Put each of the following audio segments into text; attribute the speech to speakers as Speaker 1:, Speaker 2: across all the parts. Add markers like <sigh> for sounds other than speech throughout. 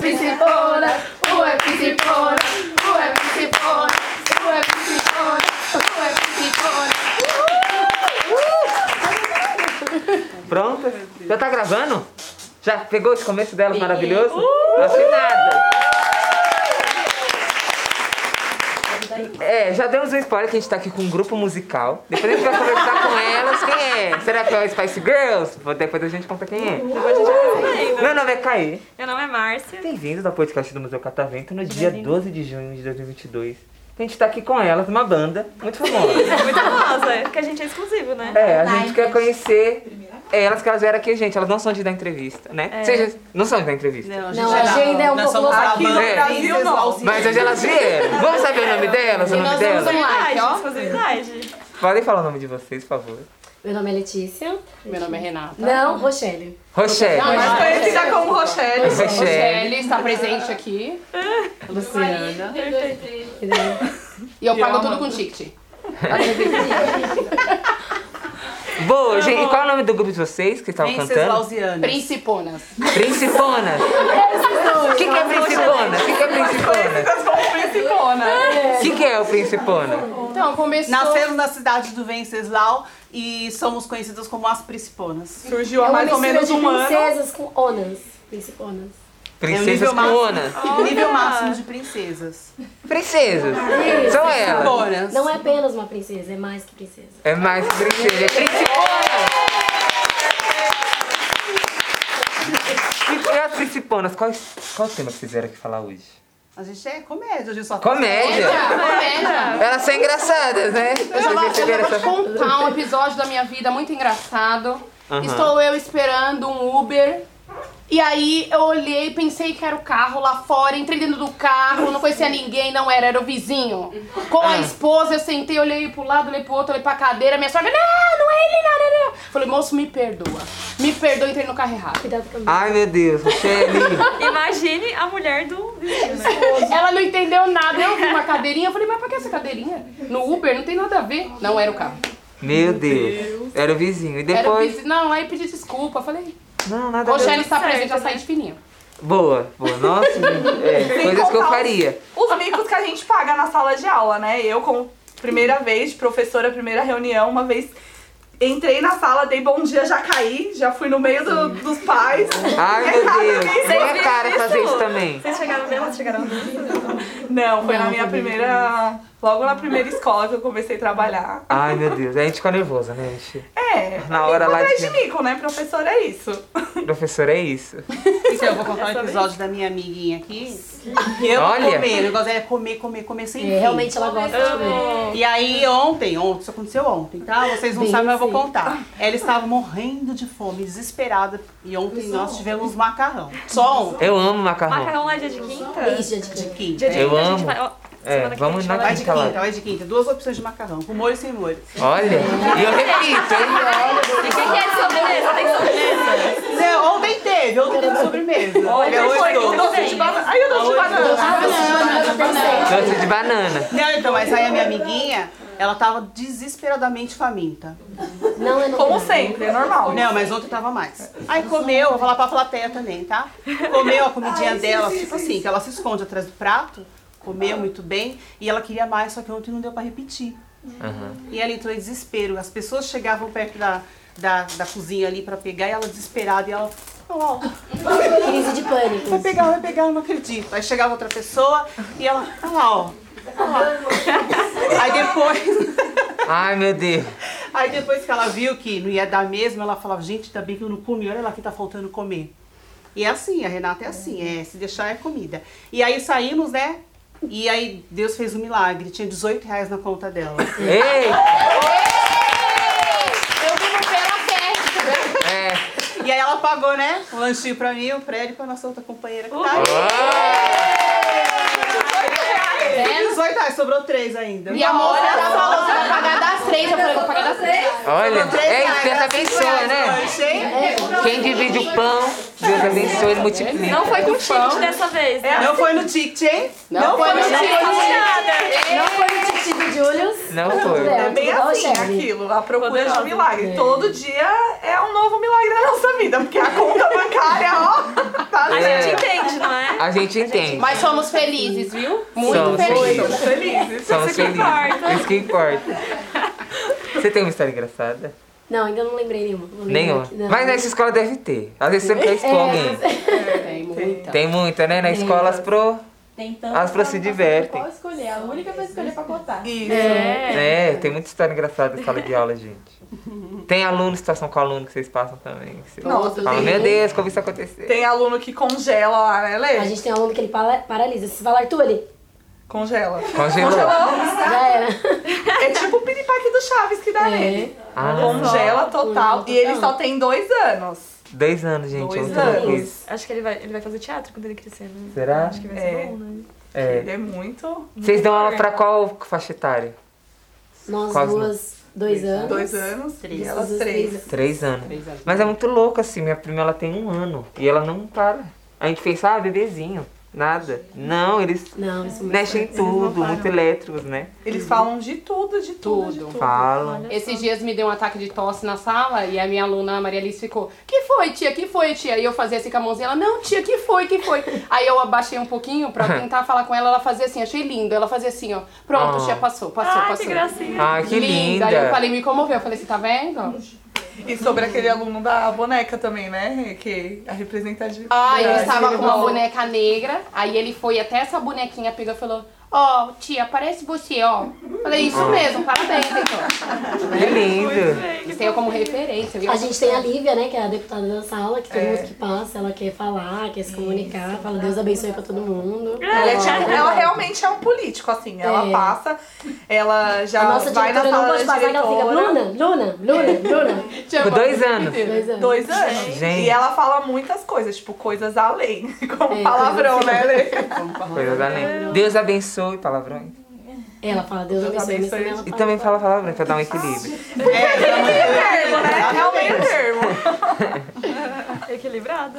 Speaker 1: Piscipona,
Speaker 2: é
Speaker 1: ué, piscipona, ué,
Speaker 2: é
Speaker 1: piscipona, ué, piscipona, ué, piscipona.
Speaker 3: Pronto? Já tá gravando? Já pegou esse começo dela maravilhoso? Assinada! É, já demos um spoiler que a gente tá aqui com um grupo musical. Depois a gente vai conversar com elas quem é. Será que é o Spice Girls? Depois a gente conta quem é. Meu nome é Caí.
Speaker 4: Meu nome é Márcia.
Speaker 3: Bem-vindos ao podcast do Museu Catavento no dia 12 de junho de 2022. A gente tá aqui com elas, uma banda muito famosa.
Speaker 4: É muito famosa, é, porque a gente é exclusivo, né?
Speaker 3: É, a gente quer conhecer elas que elas vieram aqui, gente. Elas não são de dar entrevista, né? Vocês não são de dar entrevista.
Speaker 1: Não, a agenda é um pouco louca.
Speaker 5: Aqui no
Speaker 3: É.
Speaker 5: Brasil, não.
Speaker 3: Mas hoje elas vieram. Vamos saber o nome delas, o nome
Speaker 1: nós vamos
Speaker 3: delas?
Speaker 1: online,
Speaker 4: Exclusividade,
Speaker 1: ó.
Speaker 4: exclusividade.
Speaker 3: Podem falar o nome de vocês, por favor.
Speaker 1: Meu nome é Letícia.
Speaker 2: Meu nome é Renata.
Speaker 5: Uhum.
Speaker 1: Não, Rochelle.
Speaker 3: Rochelle.
Speaker 5: Mas conhecida
Speaker 4: É.
Speaker 5: como Rochelle.
Speaker 3: Rochelle.
Speaker 2: Rochelle está presente
Speaker 3: <laughs>
Speaker 2: aqui. Luciana.
Speaker 1: Entendeu?
Speaker 2: E eu pago tudo com ticket.
Speaker 3: Boa, gente. E qual é o nome do grupo de vocês que estavam cantando?
Speaker 5: Lausianas.
Speaker 2: Principonas.
Speaker 3: Principona. O que, que é Principona? O que, que é Principona? O que, que é o Principona?
Speaker 2: Então, começou...
Speaker 5: Nasceram na cidade do Venceslau e somos conhecidas como as Principonas. Surgiu
Speaker 1: É
Speaker 5: há
Speaker 1: uma
Speaker 5: mais ou
Speaker 1: mistura
Speaker 5: menos
Speaker 1: de
Speaker 5: um ano.
Speaker 1: princesas com onas. Principonas.
Speaker 3: Princesas
Speaker 5: nível máximo.
Speaker 3: Conas.
Speaker 5: Nível máximo de princesas.
Speaker 3: Princesas. São elas.
Speaker 5: Bonas.
Speaker 1: Não é apenas uma princesa, é mais que princesa.
Speaker 3: É mais que princesa. É principona. E as principonas, qual, qual o tema que vocês vieram aqui falar hoje?
Speaker 5: A gente é comédia, a gente só
Speaker 3: Comédia.
Speaker 2: Comédia.
Speaker 3: Elas são engraçadas, né? Vocês
Speaker 2: Vou
Speaker 3: perceberam
Speaker 2: te
Speaker 3: essa...
Speaker 2: contar um episódio da minha vida muito engraçado.
Speaker 3: Aham.
Speaker 2: Estou eu esperando um Uber. E aí eu olhei, pensei que era o carro lá fora, entrei dentro do carro, não conhecia ninguém, não era, era o vizinho. Com a
Speaker 3: Ah.
Speaker 2: esposa, eu sentei, olhei pro lado, olhei pro outro, olhei pra cadeira, minha sogra, não, não é ele, não, não, não. Falei, moço, me perdoa. Me perdoa, entrei no carro errado.
Speaker 1: Cuidado com a minha.
Speaker 3: Ai, meu Deus, Rochelle.
Speaker 4: Imagine a mulher do vizinho, né?
Speaker 2: Ela não entendeu nada, eu vi uma cadeirinha, eu falei, mas pra que essa cadeirinha? No Uber, não tem nada a ver. Não era o carro.
Speaker 3: Meu Deus. Era o vizinho. E
Speaker 2: Era o
Speaker 3: depois...
Speaker 2: vizinho. Não, aí pedi desculpa, falei,
Speaker 3: Não, nada a ver.
Speaker 2: Rochelle está presente,
Speaker 4: certo,
Speaker 2: já saí de fininho.
Speaker 3: Boa, boa. Nossa, é, coisas que eu faria.
Speaker 6: os micos que a gente paga na sala de aula, né? Eu, como primeira vez, de professora, primeira reunião, uma vez entrei na sala, dei bom dia, já caí, já fui no meio do- dos pais.
Speaker 3: Ai, meu Deus. Minha
Speaker 4: viram
Speaker 3: cara
Speaker 4: isso?
Speaker 3: fazer isso também.
Speaker 4: Vocês chegaram bem, elas chegaram bem.
Speaker 6: Não, foi na minha primeira. Logo na primeira escola que eu comecei a trabalhar.
Speaker 3: Ai, meu Deus. A gente fica nervosa, né, gente?
Speaker 6: É,
Speaker 3: Na hora lá
Speaker 6: atrás
Speaker 3: de-
Speaker 6: de mico, né? Professor é isso.
Speaker 3: Professor, é isso.
Speaker 5: Então, eu vou contar um episódio da minha amiguinha aqui. Que eu
Speaker 3: Olha.
Speaker 5: Olha. comer, eu gosto é comer, comer, comer sem
Speaker 1: É,
Speaker 5: fim.
Speaker 1: realmente ela gosta de ver.
Speaker 5: E aí, ontem, ontem, isso aconteceu ontem, tá? Vocês não
Speaker 1: Bem
Speaker 5: sabem, mas eu vou
Speaker 1: assim.
Speaker 5: contar. Ela estava morrendo de fome, desesperada. E ontem nós tivemos macarrão. Só ontem.
Speaker 3: Eu amo macarrão.
Speaker 4: Macarrão lá é dia de quinta?
Speaker 1: Isso, gente.
Speaker 5: De quinta.
Speaker 4: Dia de
Speaker 5: é.
Speaker 3: Eu
Speaker 4: quinta a
Speaker 3: amo.
Speaker 4: gente vai. ó,
Speaker 3: É,
Speaker 4: semana que
Speaker 3: vamos
Speaker 4: vem
Speaker 3: na
Speaker 4: a
Speaker 5: Vai
Speaker 4: gente
Speaker 5: de
Speaker 3: Tá lá.
Speaker 5: quinta, vai de quinta. Duas opções de macarrão, com molho e sem molho.
Speaker 3: Olha. E eu repito, hein?
Speaker 4: vai- O que que é de sobremesa? Tem sobremesa?
Speaker 5: Não, ontem teve, ontem teve sobremesa.
Speaker 6: Olha,
Speaker 5: Hoje
Speaker 6: foi
Speaker 5: doce.
Speaker 6: o doce de banana. Ai, o doce de banana.
Speaker 3: Doce de banana.
Speaker 5: Não, então, mas aí a minha amiguinha, ela tava desesperadamente faminta.
Speaker 1: Não é no
Speaker 6: Como sempre, é normal.
Speaker 5: Não, mas ontem tava mais. Aí comeu, vou falar pra plateia também, tá? Comeu a comidinha dela, tipo assim, que ela se esconde atrás do prato, comeu muito bem, e ela queria mais, só que ontem não deu pra repetir. E ela entrou em desespero. As pessoas chegavam perto da, da, da cozinha ali pra pegar, e ela desesperada, e ela. "Ó,
Speaker 1: Crise de pânico.
Speaker 5: Vai pegar, vai pegar, eu não acredito. Aí chegava outra pessoa e ela, olha lá, ó. Olha lá. Aí depois,
Speaker 3: Ai, meu Deus.
Speaker 5: aí depois que ela viu que não ia dar mesmo, ela falava, gente, ainda bem que eu não comi, olha lá que tá faltando comer. E é assim, a Renata é assim, é, se deixar é comida. E aí saímos, né? E aí Deus fez um milagre, tinha 18 reais na conta dela.
Speaker 3: Ei!
Speaker 2: Eu vivo pela fé.
Speaker 3: É.
Speaker 5: E aí ela pagou, né? Um lanchinho pra mim, um prédio pra nossa outra companheira que tá aí.
Speaker 3: Ó.
Speaker 5: 18 reais, sobrou 3 ainda.
Speaker 2: E a moça tá falou que vai pagar das três, eu falei, vou pagar das três.
Speaker 3: Olha.
Speaker 5: Sobrou três
Speaker 3: É isso que essa
Speaker 5: reais, era 5
Speaker 3: pessoa,
Speaker 5: reais o
Speaker 3: né?
Speaker 5: lanche, hein?
Speaker 3: Quem divide o pão, Deus abençoe, ele multiplica.
Speaker 4: Não foi com ticket dessa vez, né?
Speaker 5: Não foi no ticket, hein?
Speaker 2: Não foi no ticket.
Speaker 4: Obrigada.
Speaker 2: Não foi no
Speaker 3: Não foi.
Speaker 1: É,
Speaker 6: É
Speaker 1: tudo
Speaker 6: bem
Speaker 1: igual
Speaker 6: assim
Speaker 1: chefe.
Speaker 6: aquilo, a procura de
Speaker 4: Poderosa.
Speaker 6: um milagre. Todo dia é um novo milagre na nossa vida, porque a conta bancária, ó, tá
Speaker 4: A
Speaker 3: É.
Speaker 6: né?
Speaker 4: gente entende, não é?
Speaker 3: A gente entende.
Speaker 2: Mas somos felizes, viu? Muito
Speaker 3: Somos
Speaker 2: felizes.
Speaker 6: Estamos felizes.
Speaker 3: Somos
Speaker 4: isso que
Speaker 3: felizes.
Speaker 4: importa.
Speaker 3: Isso que importa. Você tem uma história engraçada?
Speaker 1: Não, ainda não lembrei nenhuma. Vou lembrar
Speaker 3: Nenhuma. né?
Speaker 1: aqui, não.
Speaker 3: Mas nessa escola deve ter. Às vezes sempre expõe alguém.
Speaker 2: Tem muita.
Speaker 3: Tem muita, né? Na escola as pro.
Speaker 7: Tentando.
Speaker 3: As pra se divertem.
Speaker 7: Qual escolher? A única pra escolher pra cotar.
Speaker 6: Isso.
Speaker 3: É, tem muita história engraçada em sala de aula, gente. Tem aluno, situação com aluno que vocês passam também. que vocês
Speaker 2: Nossa,
Speaker 3: falam,
Speaker 2: tem.
Speaker 3: meu Deus, como isso aconteceu?
Speaker 6: Tem aluno que congela lá, né, Lê?
Speaker 1: A gente tem um aluno que ele para- paralisa. Se fala, Arthur, ele
Speaker 6: Congela.
Speaker 3: Congelou.
Speaker 1: já era.
Speaker 6: É tipo o piripaque do Chaves que
Speaker 1: É.
Speaker 6: dá nele.
Speaker 3: Ah,
Speaker 6: Congela total.
Speaker 1: Congela
Speaker 6: E ele
Speaker 1: total.
Speaker 6: só tem dois anos.
Speaker 3: dois anos, gente.
Speaker 6: Dois
Speaker 3: muito louco
Speaker 6: anos.
Speaker 3: isso.
Speaker 4: Acho que ele vai, ele vai fazer teatro quando ele crescer, né?
Speaker 3: Será?
Speaker 4: Acho que vai
Speaker 6: É.
Speaker 4: ser bom, né?
Speaker 3: É.
Speaker 6: Ele é muito.
Speaker 3: Vocês dão aula pra qual faixa etária?
Speaker 1: Nós
Speaker 3: Quase
Speaker 1: duas, dois anos.
Speaker 6: Dois anos. E elas
Speaker 1: Essas
Speaker 6: três.
Speaker 1: anos.
Speaker 3: Três anos.
Speaker 5: Três anos.
Speaker 3: Mas é muito louco, assim. Minha prima, ela tem um ano. E ela não para. A gente fez, ah, bebezinho. Nada. Não, eles
Speaker 1: Não, isso mesmo.
Speaker 3: mexem em tudo. Muito elétricos, né?
Speaker 6: Eles falam de tudo, de tudo, de tudo.
Speaker 3: Falam.
Speaker 2: Esses dias me deu um ataque de tosse na sala e a minha aluna a Maria Alice ficou: Que foi, tia? Que foi, tia? E eu fazia assim com a mãozinha, ela: Não, tia, que foi, que foi? Aí eu abaixei um pouquinho pra tentar falar com ela, ela fazia assim: Achei lindo. Ela fazia assim: Ó, pronto,
Speaker 3: Ah.
Speaker 2: tia, passou, passou,
Speaker 4: Ai,
Speaker 2: passou.
Speaker 4: que gracinha.
Speaker 3: Ah, que linda.
Speaker 2: Aí eu falei: Me comoveu. Eu falei: Você tá vendo?
Speaker 6: E sobre aquele aluno da boneca também, né? Que a representatividade. é
Speaker 2: Ah, ele estava com uma
Speaker 6: Bom.
Speaker 2: boneca negra, aí ele foi até essa bonequinha, pegou e falou: Ó, tia, parece você, ó. Falei:
Speaker 3: Ah.
Speaker 2: Isso mesmo, parabéns, então.
Speaker 3: Que lindo.
Speaker 2: Isso aí é como referência, viu?
Speaker 1: A gente tem a Lívia, né, que é a deputada da sala, que todo
Speaker 6: É.
Speaker 1: mundo que passa, ela quer falar, quer se comunicar, fala Deus abençoe pra todo mundo.
Speaker 6: Ela, é tipo- ela realmente é um político, assim. Ela
Speaker 1: É.
Speaker 6: passa, ela já
Speaker 1: A nossa
Speaker 6: vai na
Speaker 1: diretora não
Speaker 6: sala
Speaker 1: pode
Speaker 6: da
Speaker 1: passar, que ela fica,
Speaker 6: diretora.
Speaker 1: Luna, Luna, Luna, Luna.
Speaker 6: <laughs>
Speaker 2: Tia,
Speaker 3: Com dois anos.
Speaker 1: Dois anos.
Speaker 6: É. Dois anos.
Speaker 3: Gente.
Speaker 6: E ela fala muitas coisas, tipo, coisas além. <laughs> Como
Speaker 1: É,
Speaker 6: palavrão, né, Lê?
Speaker 3: Coisas além. Deus abençoe, palavrões.
Speaker 1: Ela fala, Deus
Speaker 6: Deus
Speaker 1: abençoe, mas
Speaker 6: abençoe.
Speaker 1: também ela
Speaker 3: E
Speaker 1: fala-
Speaker 3: também fala palavrões pra dar um equilíbrio.
Speaker 6: <laughs> É o meio termo, né? É o meio termo.
Speaker 4: Equilibrada.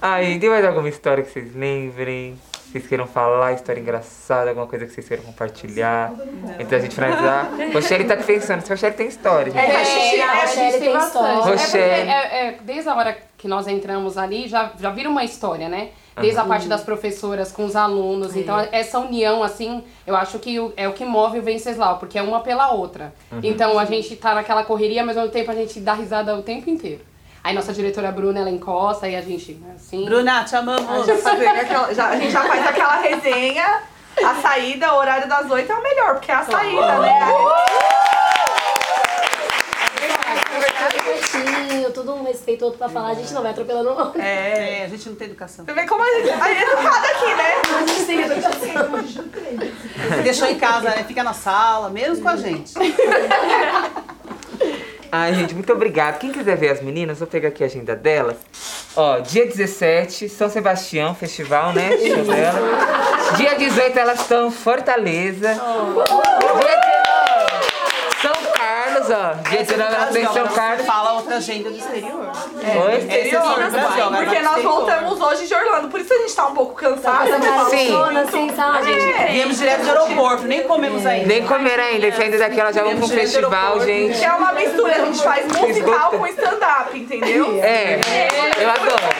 Speaker 3: Aí, tem mais alguma história que vocês lembrem? Que Vocês queiram falar, história engraçada, alguma coisa que vocês queiram compartilhar? Antes da gente finalizar. Rochelle tá pensando, se Rochelle tem história, gente.
Speaker 6: É,
Speaker 2: É, a Rochelle tem
Speaker 1: bastante.
Speaker 2: história. É porque
Speaker 3: Rochelle.
Speaker 2: é- é, desde a hora que nós entramos ali, já, já vira uma história, né? Desde a parte das professoras com os alunos. Então, essa união, assim, eu acho que o- é o que move o Venceslau, porque é uma pela outra. Então, a gente tá naquela correria, mas ao mesmo tempo a gente dá risada o tempo inteiro. Aí, nossa diretora Bruna, ela encosta e a gente, assim.
Speaker 5: Bruna, te amamos.
Speaker 6: Já fazer aquela- já- a gente já faz aquela resenha. A saída, o horário das oito é o melhor, porque é a saída, né?
Speaker 1: Tudo Certinho, todo um respeito outro pra falar, a gente não vai atropelando um outro.
Speaker 6: É.
Speaker 5: É, a gente não tem educação.
Speaker 6: Você vê como a gente, a gente é educada aqui, né?
Speaker 1: A gente tem educação.
Speaker 5: Você deixou em casa, né? Fica na sala, menos com a gente.
Speaker 3: Ai, gente, muito obrigada. Quem quiser ver as meninas, vou pegar aqui a agenda delas. Ó, dia 17, São Sebastião, festival, né? Show dela. Dia 18, elas estão em Fortaleza. Dia 19, São Carlos, ó. Dia 19, elas estão em São
Speaker 5: Você
Speaker 3: Carlos.
Speaker 5: fala outra agenda do exterior.
Speaker 3: Oi?
Speaker 5: Esse é só no Brasil, agora
Speaker 6: assim,
Speaker 3: né?
Speaker 6: né? Porque
Speaker 5: vai pro
Speaker 6: nós
Speaker 5: exterior.
Speaker 6: voltamos hoje de Orlando, por isso a gente tá um pouco cansada.
Speaker 3: Sim.
Speaker 1: Zona, assim, sabe?
Speaker 6: É.
Speaker 5: Viemos direto do aeroporto, nem comemos ainda.
Speaker 3: Nem comer ainda, saindo daqui ela já vão pra um festival, gente.
Speaker 6: Que é uma mistura, a gente faz musical com stand-up, entendeu?
Speaker 3: É, eu adoro.